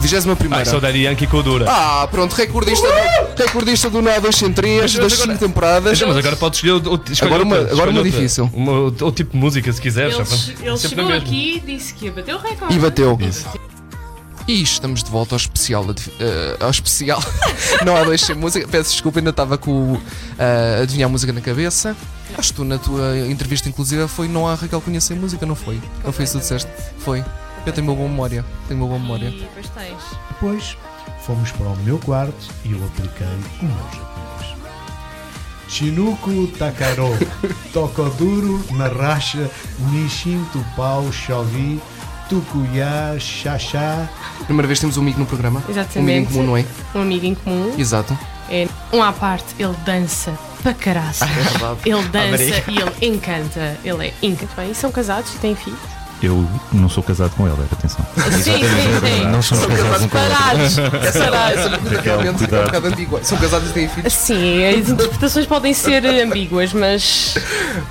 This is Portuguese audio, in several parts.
21 Ai, só primeira. daria Yankee com o Dura. Ah, pronto, recordista do, recordista do Nada 203 Mas- mas das agora- 5 temporadas. Mas agora podes escolher, o- o- escolher Agora uma- outra, agora uma escolher outra. difícil. Uma- outro tipo de música, se quiseres. Ele, sabe? che- ele Sempre chegou na mesma. aqui e disse que ia bater o recorde. E bateu. Isso. E estamos de volta ao especial. da dif- eh, ao especial. Não há dois sem música. Peço desculpa, ainda estava com o, eh, adivinhar a música na cabeça. Acho que tu, na tua entrevista, inclusive, foi Não há Raquel conhecer música, não foi? Não foi isso que tu disseste? Foi. Eu tenho uma boa memória. Tenho uma boa memória. E depois tens. Depois fomos para o meu quarto e eu apliquei o meu japonês. Chinuku Takaro, Tokoduro, Narasha, Nishin Tupau, Shogi, Tukuya, Shasha. Primeira vez temos um amigo no programa. Um amigo Exatamente. em comum, não é? Um amigo em comum. Exato. É um à parte, ele dança para caraça. É verdade. Ele dança e ele encanta. Ele é encanta. Bem, e são casados e têm filhos. Eu não sou casado com ela, atenção. Sim, sim, sim. Não somos casados um com o outro. Parados. Essa pergunta realmente é um bocado ambígua. São casados e têm filhos. Sim, as interpretações podem ser ambíguas, mas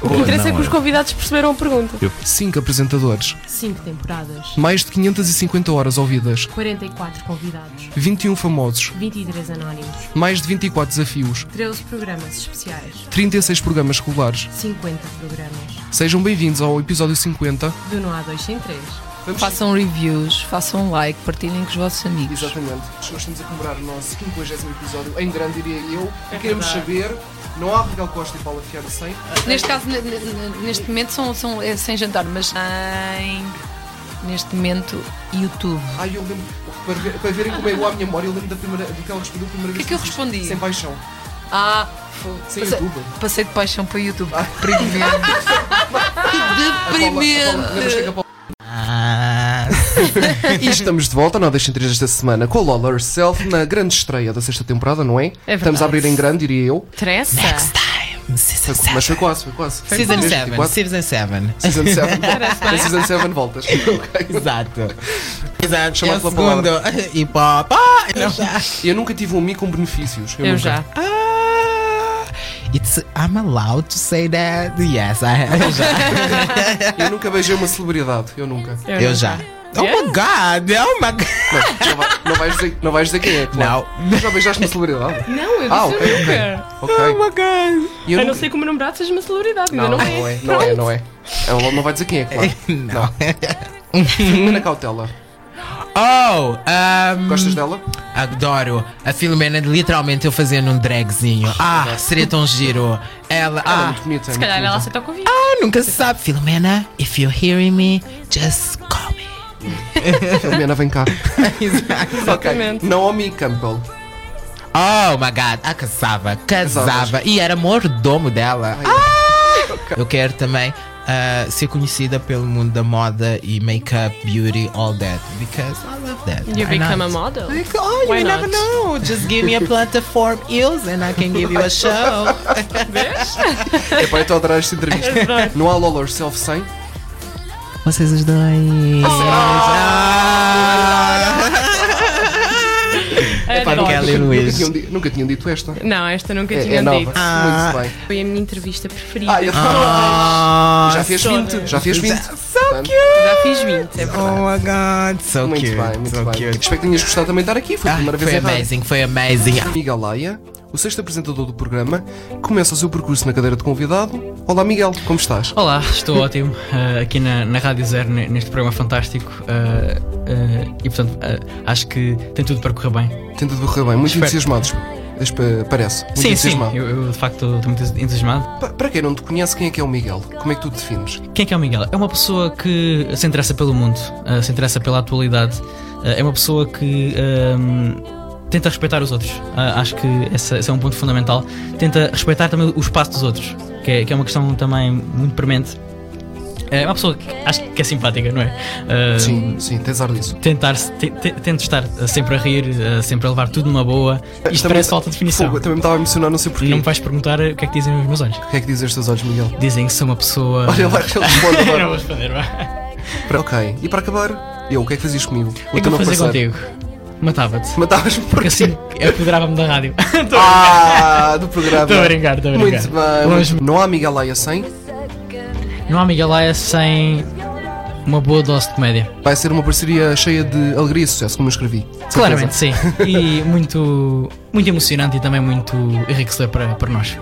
o que interessa é que os convidados perceberam a pergunta. Cinco apresentadores. Cinco temporadas, Mais de 550 horas ouvidas. 44 convidados, 21 famosos. 23 anónimos, Mais de 24 desafios. 13 programas especiais, 36 programas regulares. 50 programas. Sejam bem-vindos ao episódio 50. Do Não Há Dois Sem Três. Façam reviews, façam like, partilhem com os vossos amigos. Exatamente. Nós estamos a comemorar o nosso 50 episódio, em grande diria eu. É Queremos saber, não há Miguel Costa e Paula Fiara sem. Neste caso, ne- ne- ne- neste momento, são, são, é sem jantar, mas em, neste momento, YouTube. Ah, eu lembro, para, ver- para verem como é boa a minha memória, eu lembro da primeira, do que ela respondeu a primeira O que vez. é que eu disse, respondi? Sem paixão. Ah, fogo. Sem passei, YouTube. passei de paixão para o YouTube. Deprimente. Ah, A Paula- a Paula- lembras que é que a Deprimente. Paula- e estamos de volta na Deixem Três desta semana com a Lola Herself na grande estreia da sexta temporada, não é? verdade. estamos a abrir em grande, diria eu. Interessa? Foi- Mas foi quase, foi quase. Season 7, 24. Season 7. Season 7. Na Season 7 voltas. Ok. Exato. Exato. Chama é o pela palavra. segundo. Hip hop. Ah, não. Eu nunca tive um amigo com benefícios. Eu nunca. já. Ah, it's, I'm allowed to say that. Yes, I have. Já. Eu nunca beijei uma celebridade. Eu nunca. Eu já. Oh my god, oh my god. Não, não, vai- não vais dizer, não vais dizer quem é, claro. Não. Tu já beijaste uma celebridade? Não, eu Ah, disse ok, ok. nunca. Ok. Oh my god. E eu A não nunca- ser que o meu namorado seja uma celebridade, ainda não, Não, não é, não é, não é. Ela não vai dizer quem é, claro. Não. Filomena Cautela. Oh, um, Gostas dela? Adoro. A Filomena, literalmente, eu fazendo um dragzinho. Ah, seria tão giro. Ela Ela, é ah, muito bonita. é Se muito calhar ela bonita. aceita o convite. ah, nunca se sabe. Filomena, if you're hearing me, just call me. Filomena, vem cá. ok. Exatamente. Naomi Campbell. Oh my god, a casava, casava. E era mordomo dela. Ah! Eu quero também ah, ser conhecida pelo mundo da moda e make-up, beauty, all that. Because I love that. You Why become not? a é model. Like, oh, you Why never not? know. Just give me a platform, Ills, and I can give you a show. Epá, eu estou a adorar esta entrevista. Não há Lola Herself sem. Vocês os dois. Adoro. Kelly nunca, nunca, Luiz. tinham, di- nunca tinham dito esta. É Não, esta nunca É, tinha é nova. dito. Ah. Muito bem. Foi a minha entrevista preferida. Ah, eu Ah, já um fez 20. Já fez 20. So Portanto, Já fiz 20. é Oh my god, so um Muito cute. bem, muito so bem. cute. Espero que tenhas gostado também de estar aqui. Foi a Ah, primeira vez foi em rádio. amazing, foi amazing. Ah, Miguel Laia, o sexto apresentador do programa, começa o seu percurso na cadeira de convidado. Olá, Miguel, como estás? Olá, Ah, estou ótimo eh, aqui na, na Rádio Zero, ne- neste programa fantástico. eh, eh, e portanto, eh, acho que tem tudo para correr bem. Tenta de correr bem, muito Espero. entusiasmados. Deixa pa- Parece. Muito sim, sim, entusiasmado. eu, eu, de facto estou muito entusiasmado. Pa- Para quem não te conhece, quem é que é o Miguel? Como é que tu te defines? Quem é que é o Miguel? É uma pessoa que se interessa pelo mundo, eh, se interessa pela atualidade, eh, é uma pessoa que. ehm, Tenta respeitar os outros. Ah, acho que essa- esse é um ponto fundamental. Tenta respeitar também o espaço dos outros, que é, que é uma questão também muito premente. É uma pessoa que acho que é simpática, não é? Ah, Sim, sim, tens ar disso. tentar te, te- tento estar eh, sempre a rir, eh, sempre a levar tudo numa boa. Isto Eh, Também- tá- parece falta de definição. Fogo, eu também me estava a emocionar, não sei porquê. Não me vais perguntar eh, o que é que dizem os meus olhos. O que é que dizem estes olhos, Miguel? Dizem que sou uma pessoa. É Olha lá, ele responde Não Ah. vou agora. responder, vá. Para- ok, e para acabar, eu, o que é que fazias comigo? O que é que eu vou fazer contigo? Matava-te. Matavas-me por Porque assim apoderava-me da rádio. Estou Ah, do programa. a brincar, estou a brincar. Muito bem. Longe- Não há Miguel Laia sem. Não há Miguel Laia sem. uma boa dose de comédia. Vai ser uma parceria cheia de alegria e sucesso, como eu escrevi. Certeza. Claramente, sim. E muito, muito emocionante e também muito enriquecedor para, para nós.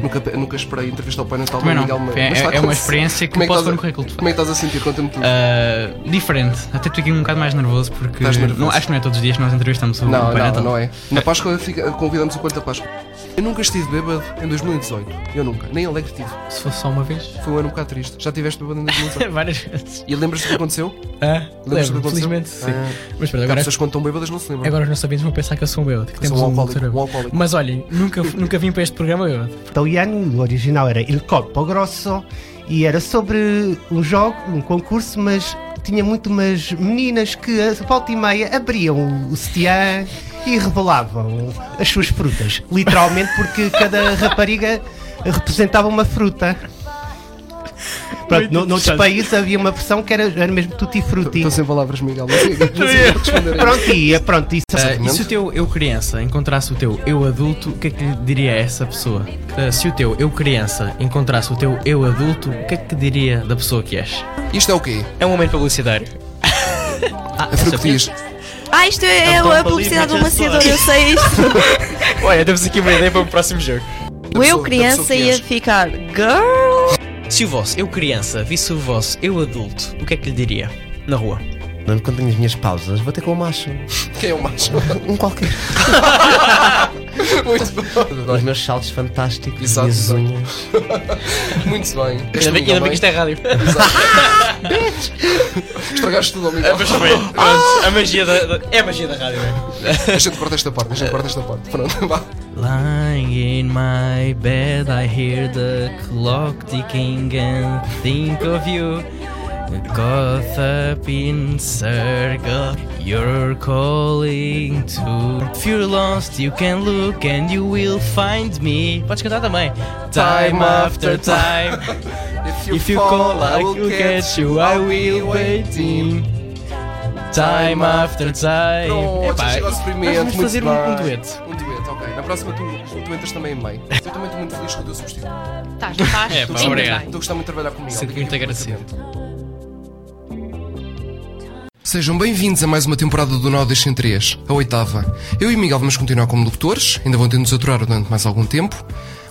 Nunca, nunca esperei entrevista ao Pai Natal do Também não. Miguel É, mas vai é uma acontecer. experiência que Como é que posso pôr no estás a- currículo. Como é que estás a sentir? Conta-me tudo. Ah, diferente. Até estou aqui um bocado mais nervoso porque Estás nervoso? Não, acho que não é todos os dias que nós entrevistamos o não, Pai então. não, Natal. não é. Na Páscoa fica- convidamos o Quanto a Páscoa. Eu nunca estive bêbado em 2018. Eu nunca. Nem alegre tive. Se fosse só uma vez. Foi um ano um bocado triste. Já tiveste bêbado em 2018. Várias vezes. e lembras-te do que aconteceu? Ah, Lembras-te do lembro, que aconteceu? felizmente sim. Ah, Mas pronto, há agora, pessoas quando estão bêbadas não se lembram. agora os nossos ouvintes vão pensar que eu sou um bêbado. Que eu temos sou um um doutor alcoólico. Um bêbado. alcoólico. Mas olhem, nunca, nunca vim para este programa bêbado. italiano, Então, o original era Il Corpo Grosso, e era sobre um jogo, um concurso, mas tinha muito umas meninas que a volta e meia abriam o sutiã e rebolavam as suas frutas, literalmente porque cada rapariga representava uma fruta. Pronto, no, noutros países havia uma versão que era, era mesmo tutti frutti. Estou Então, sem palavras, Miguel. Mas, mas assim, eu vou responder a Pronto, e é, pronto, isso Ah, e Exatamente. se o teu eu criança encontrasse o teu eu adulto, o que é que lhe diria a essa pessoa? Ah, se o teu eu criança encontrasse o teu eu adulto, o que é que diria da pessoa que és? isso. Isto é o quê? É um momento publicitário. A fruta que é diz. Ah, isto é, é a publicidade do maciador, eu sei isto. Olha, temos aqui uma ideia para o próximo jogo. da O pessoa- eu da criança pessoa que ia és. ficar girl. Se o vosso eu criança visse o vosso eu adulto, o que é que lhe diria? Na rua. Quando tenho as minhas pausas, vou ter com o macho. Quem é o macho? Um qualquer. Muito bom. Os meus saltos fantásticos, Exato, minhas exato. Muito bem. Este Miguel bem. é rádio. Estragaste tudo ao É, Miguel. a magia da, É a magia da rádio, A gente corta esta parte, a gente corta esta parte. Pronto, vá. Lying in my bed, I hear the clock ticking and think of you. Caught up in circle, you're calling to. If you're lost, you can look and you will find me. Podes cantar também. Time after time, if you call, I will catch you. I will waiting. Time after time. Pronto, Epá, chega ao suprimento. vamos muito fazer um- um bem. dueto. Um dueto, ok. Na próxima tu, tu entras também em meio. Eu também estou muito feliz com o teu substituto. Tá, Estás, estás. É, pá, super obrigado. bem. Estou a gostar muito de trabalhar comigo. Sinto-me muito agradecido. Sejam bem-vindos a mais uma temporada do Nó Deixem 3, a oitava. Eu e Miguel vamos continuar como locutores, ainda vão ter de nos aturar durante mais algum tempo.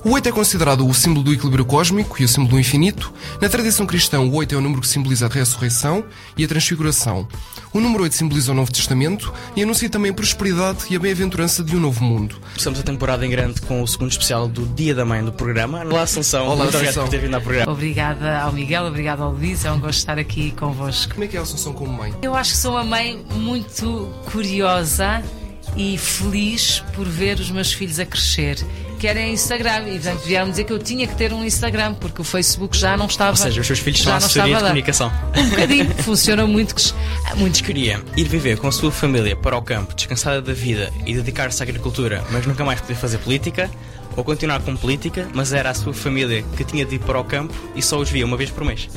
O oito é considerado o símbolo do equilíbrio cósmico e o símbolo do infinito. Na tradição cristã, o oito é o número que simboliza a ressurreição e a transfiguração. O número 8 simboliza o Novo Testamento e anuncia também a prosperidade e a bem-aventurança de um novo mundo. Começamos a temporada em grande com o segundo especial do Dia da Mãe do programa. Olá, Assunção. Olá, Muito obrigado Assunção. por ter vindo ao programa. Obrigada ao Miguel, obrigada ao Luís, é um gosto estar aqui convosco. Como é que é a Assunção como mãe? Eu acho que sou uma mãe muito curiosa e feliz por ver os meus filhos a crescer. Querem Instagram e portanto vieram dizer que eu tinha que ter um Instagram porque o Facebook já não estava. Ou seja, os seus filhos já são a não assessoria de estava a dar. comunicação. Um bocadinho, funcionam muito. que- Muitos queriam ir viver com a sua família para o campo, descansada da vida e dedicar-se à agricultura, mas nunca mais poder fazer política. Ou continuar com política, mas era a sua família que tinha de ir para o campo e só os via uma vez por mês.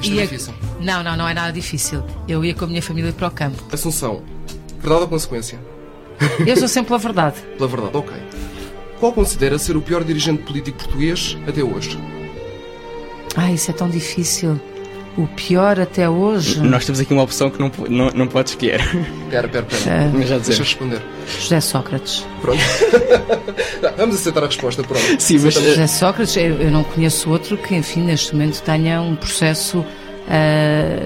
Isto E é a- difícil. Não, não, não é nada difícil. Eu ia com a minha família para o campo. Assunção, verdade ou consequência? Eu sou sempre pela verdade. Pela verdade, ok. Qual considera ser o pior dirigente político português até hoje? Ai, isso é tão difícil. O pior até hoje, Nós temos aqui uma opção que não, po- não, não pode escolher. Pera, pera, pera. Mas já Deixa eu dizer. responder. José Sócrates. Pronto. Não, Vamos aceitar a resposta, pronto. Sim, mas eh, José Sócrates, eu, eu não conheço outro que, enfim, neste momento tenha um processo ah,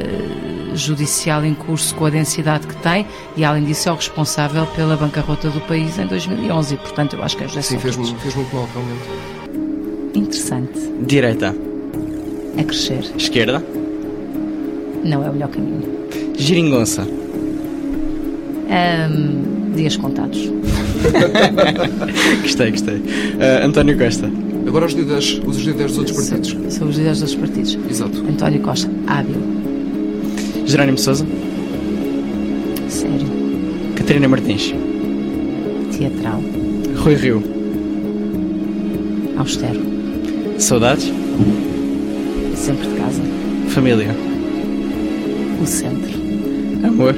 judicial em curso com a densidade que tem e, além disso, é o responsável pela bancarrota do país em 2011. E, portanto, eu acho que é José Sim, fez, Sócrates. mu- fez muito mal, realmente. Interessante. direita, A crescer. esquerda, Não é o melhor caminho. giringonça, Ahm, dias contados. gostei, gostei. Eh, António Costa, Agora os líderes, os líderes dos outros partidos. São- São os líderes dos partidos. Exato. António Costa, hábil. Jerónimo Souza, Sério. Catarina Martins, Teatral. Rui Rio, Austero. saudades, Sempre de casa. família, O centro. amor,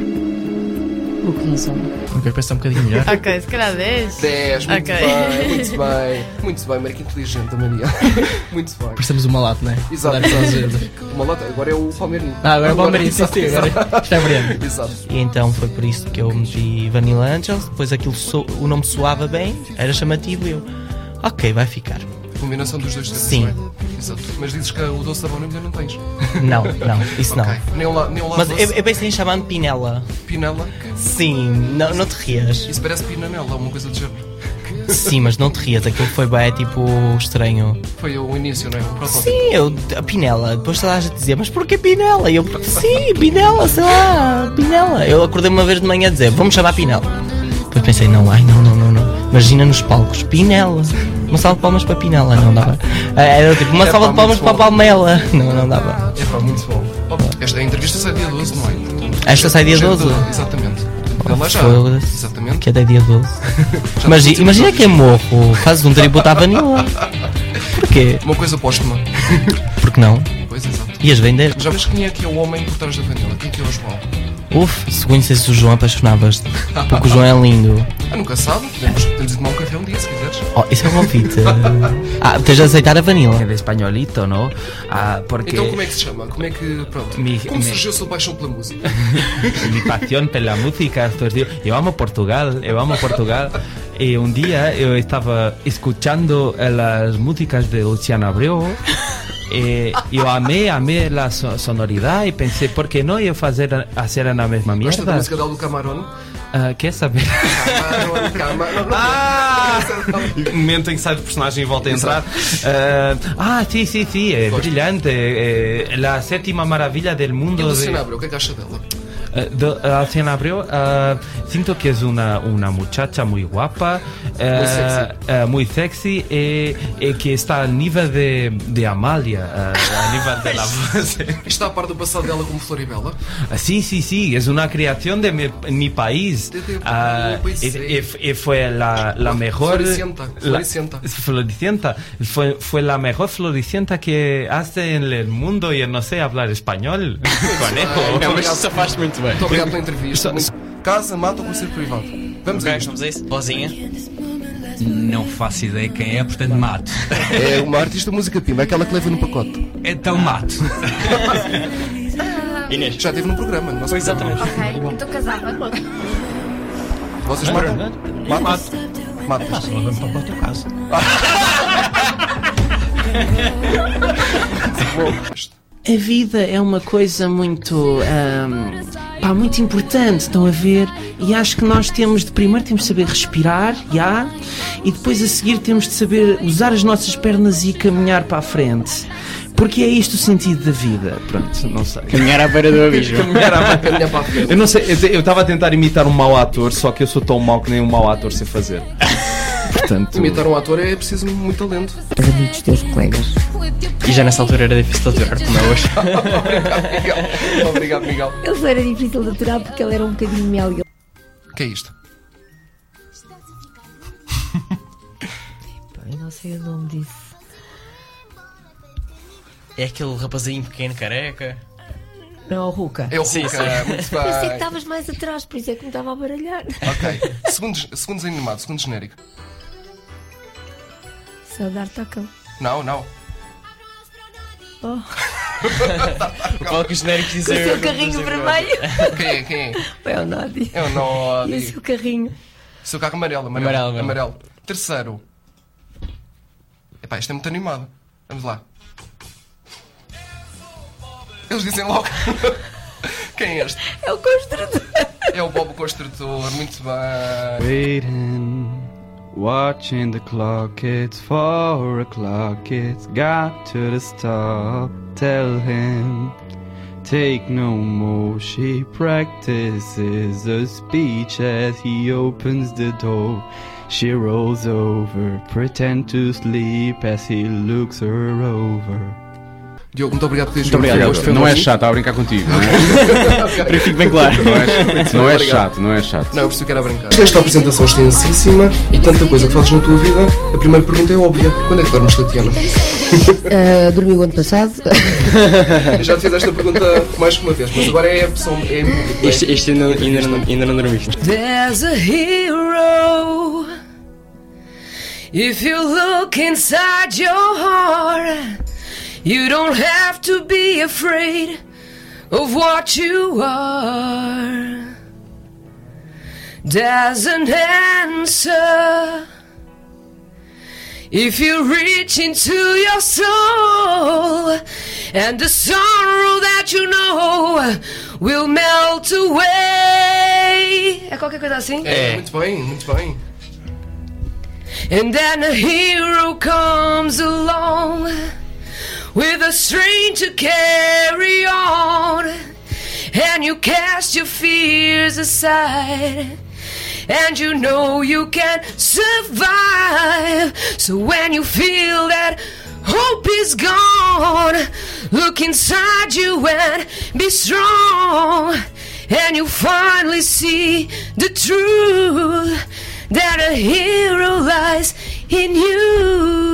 o que nos une. Ok, pensa um bocadinho melhor. Ok, se calhar 10. 10, muito Ok. bem, muito bem. Muito bem, marca inteligente, a Maria. Muito bem. Parecemos uma lata, não é? Exato, Dar-lhes aos exato. verdes. Uma lata, agora é o Palmeirinho. Ah, agora é o Palmeirinho, sim, exato, sim, agora exato. está brilhante. Exato. E então foi por isso que eu meti Vanilla Angels, depois aquilo so- o nome soava bem, era chamativo e eu, ok, vai ficar. Combinação dos dois dedos, Sim. não é? Exato. Mas dizes que o doce da boa ainda não tens. Não, não, isso Ok. não. Nem o la- nem o lado Mas eu, é, doce. eu pensei em chamar de Pinela. Pinela? que- Sim, não, não te rias. Isso parece pinanela, uma coisa do género. Sim, mas não te rias, aquilo foi bem tipo estranho. Foi o início, não é? O protótipo. Sim, eu, a Pinela, depois toda a gente dizia, mas porquê Pinela? E eu, sim, Pinela, sei lá, Pinela. Eu acordei uma vez de manhã a dizer, vamos chamar Pinela. Depois pensei, não, ai não, não, não, não. Imagina nos palcos, Pinela. Uma salva de palmas para Pinela, não dava. Ah, Era tipo, uma É salva pá, de palmas muito para bom. Palmela. Não, não dava. É pá, muito bom. Opa, Esta entrevista sai dia 12, não é? Esta sai dia Gente, 12? Exatamente. Ela já. Foda-se. Exatamente. Que até dia 12. Já Mas estamos imagina quem morro, fazes um tributo à Vanilla. Porquê? Uma coisa póstuma. Porque não? Pois, exato. Ias vender? Já vês quem é que é o homem por trás da panela? Quem é que é o João? Uf, se conhecesse o João apaixonavas-te. Porque o João é lindo. Ah, nunca sabe. Podemos, podemos ir tomar um café um dia, se quiseres. Oh, isso é um convite. Ah, tens de aceitar a Vanilla. de españolito, ¿no? Ah, porque Então como é que se chama? Como é que. Pronto. Mi- como mi- surgiu a sua paixão pela música? mi pasión por la música surgió. Yo amo Portugal, yo amo Portugal. Y un día yo estaba escuchando eh, las músicas de Luciano Abreu. eh, yo amé, amé la so- sonoridad y pensé, ¿por qué no yo hacer, hacer la misma Gosta da mierda? música da Lu Camarón? Ah, ¿Qué saber? Camarón, Camarón. Ah! Un momento en que sale el personaje y vuelve a entrar. Eh, ah, sí, sí, sí, eh, brillante. eh, la séptima maravilla del E a mundo. de- Luciana Abreu, o que é que acha dela? Eh, do- Alciana Abreu, eh, siento que es una, una muchacha muy guapa, eh, Muy sexy. eh, muy sexy, eh, eh, que está al nivel de, de Amalia, eh, al nivel de la voz. Está a par do passado dela como Floribela? Sí, sí, sí, es una creación de mi, mi país. Desde- Ah, pues, y- y- y fue la, la mejor. Floricienta, la- Floricienta. Floricienta. Fue, fue la mejor floricienta que hace en el mundo y no sé hablar español. é Conejo. É, Muito mas obrigado. isso faz muito bem. Muito obrigado pela entrevista. Muito- Casa, mata ou conselho privado? Vamos a isto. vamos a isso. Bozinha. Não faço ideia quem é, portanto mato. É uma artista de música pimba, é aquela que leva no pacote. Então mato. Inês. Já esteve no programa, não sei. Exatamente. Ok, então casava. Vocês matam? Matam. Matas. Para o teu caso. A vida é uma coisa muito. ahm, pá, muito importante, estão a ver? E acho que nós temos de primeiro temos de saber respirar, já, e depois a seguir temos de saber usar as nossas pernas e caminhar para a frente. Porque é isto o sentido da vida. Pronto, não sei. Caminhar à beira do abismo. Caminhar à beira do abismo. Eu não sei, eu te- eu estava a tentar imitar um mau ator, só que eu sou tão mau que nem um mau ator sei fazer. Portanto. Imitar um ator é preciso muito talento. Perdi os teus colegas. E já nessa altura era difícil de aturar como é hoje. Miguel. Obrigado, Miguel. Ele só era difícil de aturar porque ele era um bocadinho mel. O que é isto? Eu não sei o nome disso. É aquele rapazinho pequeno careca. oh, Não, o Ruka. É o Sim, Ruka. sim. Muito Eu sei que bem. estavas mais atrás, por isso é que me estava a baralhar. Ok. Segundos, segundos animado, segundo genérico. Saudar tocam. Não, não. Oh. O palco genérico diz Com o seu carrinho vermelho. Quem é? Quem é? É o Nodi. É o Nodi. E o seu carrinho. Seu carro amarelo, amarelo. Amarelo, Amarelo. amarelo. Terceiro. Epá, isto é muito animado. Vamos lá. Eles dizem logo. Quem é este? É o construtor. É o Bobo Construtor, muito bem. Waiting, watching the clock, it's four o'clock, it's got to the stop. Tell him, take no more. She practices a speech as he opens the door. She rolls é assim. over, pretend to sleep as he looks her over. Diogo, muito obrigado por teres Muito vindo. obrigado. Foi um Não é gosto. chato, estava a brincar contigo. Não é? Ok. Para que fique bem claro. Não é, Muito não é obrigado. chato, não é chato. Não, eu percebi que era a brincar. Esta apresentação extensíssima e tanta coisa que fazes na tua vida, a primeira pergunta é óbvia. Quando é que dormes, Tatiana? Ah, dormi o ano passado. Eu já te fiz esta pergunta mais que uma vez, mas agora é a pessoa... É em público, Este, este ainda, ainda, não, ainda não dormiste. There's a hero. If you look inside your heart, you don't have to be afraid of what you are. There's an answer. If you reach into your soul, and the sorrow that you know will melt away. É qualquer coisa assim? É, muito bem, muito bem. And then a hero comes along with a string to carry on. And you cast your fears aside. And you know you can survive. So when you feel that hope is gone, look inside you and be strong. And you finally see the truth that a hero lies in you.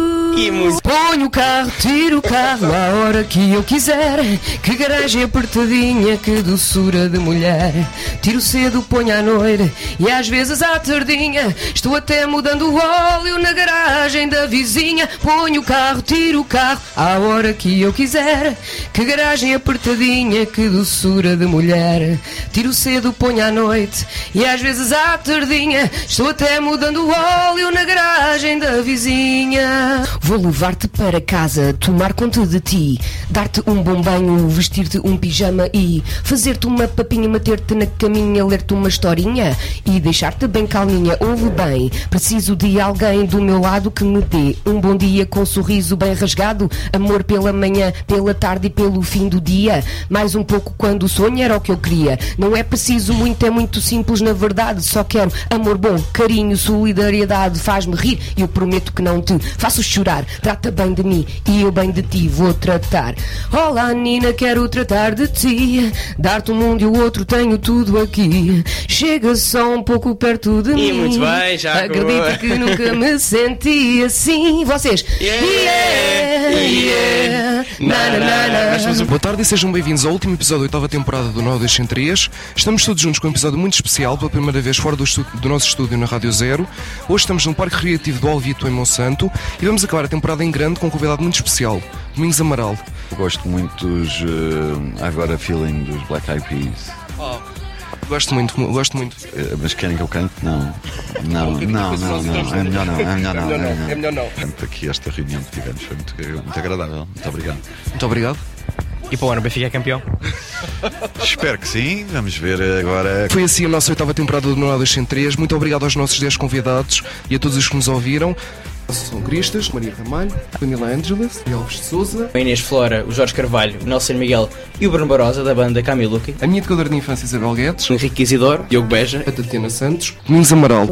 Ponho o carro, tiro o carro a hora que eu quiser. Que garagem apertadinha, que doçura de mulher. Tiro cedo, ponho à noite e às vezes à tardinha. Estou até mudando o óleo na garagem da vizinha. Ponho o carro, tiro o carro a hora que eu quiser. Que garagem apertadinha, que doçura de mulher. Tiro cedo, ponho à noite e às vezes à tardinha. Estou até mudando o óleo na garagem da vizinha. Vou levar-te para casa, tomar conta de ti, dar-te um bom banho, vestir-te um pijama e fazer-te uma papinha, meter-te na caminha, ler-te uma historinha e deixar-te bem calminha. Ouve bem, preciso de alguém do meu lado que me dê um bom dia com um sorriso bem rasgado, amor pela manhã, pela tarde e pelo fim do dia. Mais um pouco quando o sonho era o que eu queria. Não é preciso muito, é muito simples na verdade. Só quero amor bom, carinho, solidariedade. Faz-me rir e eu prometo que não te faço chorar. Trata bem de mim e eu bem de ti vou tratar. Olá, Nina, quero tratar de ti. Dar-te um mundo e o outro tenho tudo aqui. Chega só um pouco perto de E mim. muito bem, já acabou. Acredita que nunca me senti assim. Vocês. Yeah, yeah, na, na, na, na. Boa tarde e sejam bem-vindos ao último episódio da oitava temporada do Nó 203. Estamos todos juntos com um episódio muito especial, pela primeira vez fora do, estu- do nosso estúdio na Rádio Zero. Hoje estamos no Parque Recreativo do Alvito, em Monsanto, e vamos acabar a temporada em grande com um convidado muito especial, Domingos Amaral. Gosto muito dos eh, I've Got a Feeling dos Black Eyed Peas. Gosto muito, mu- gosto muito. Eh, mas querem que eu cante? Não. Não, não, não, não. É melhor não, é melhor não. É melhor não. Portanto, aqui esta reunião que tivemos foi muito, muito agradável. Muito obrigado. Muito obrigado. E para o ano, Benfica é campeão? Espero que sim. Vamos ver agora. Foi assim a nossa oitava temporada do Manuel 203. Muito obrigado aos nossos 10 convidados e a todos os que nos ouviram. São Cristas, Maria Ramalho, Camila Angeles, Alves de Souza. A Inês Flora, o Jorge Carvalho, o Nelson Miguel e o Bruno Barosa da banda Camiluki. A minha educadora de infância Isabel Guedes. Henrique Isidoro, Diogo Beja. A Tatiana Santos. Domingos Amaral.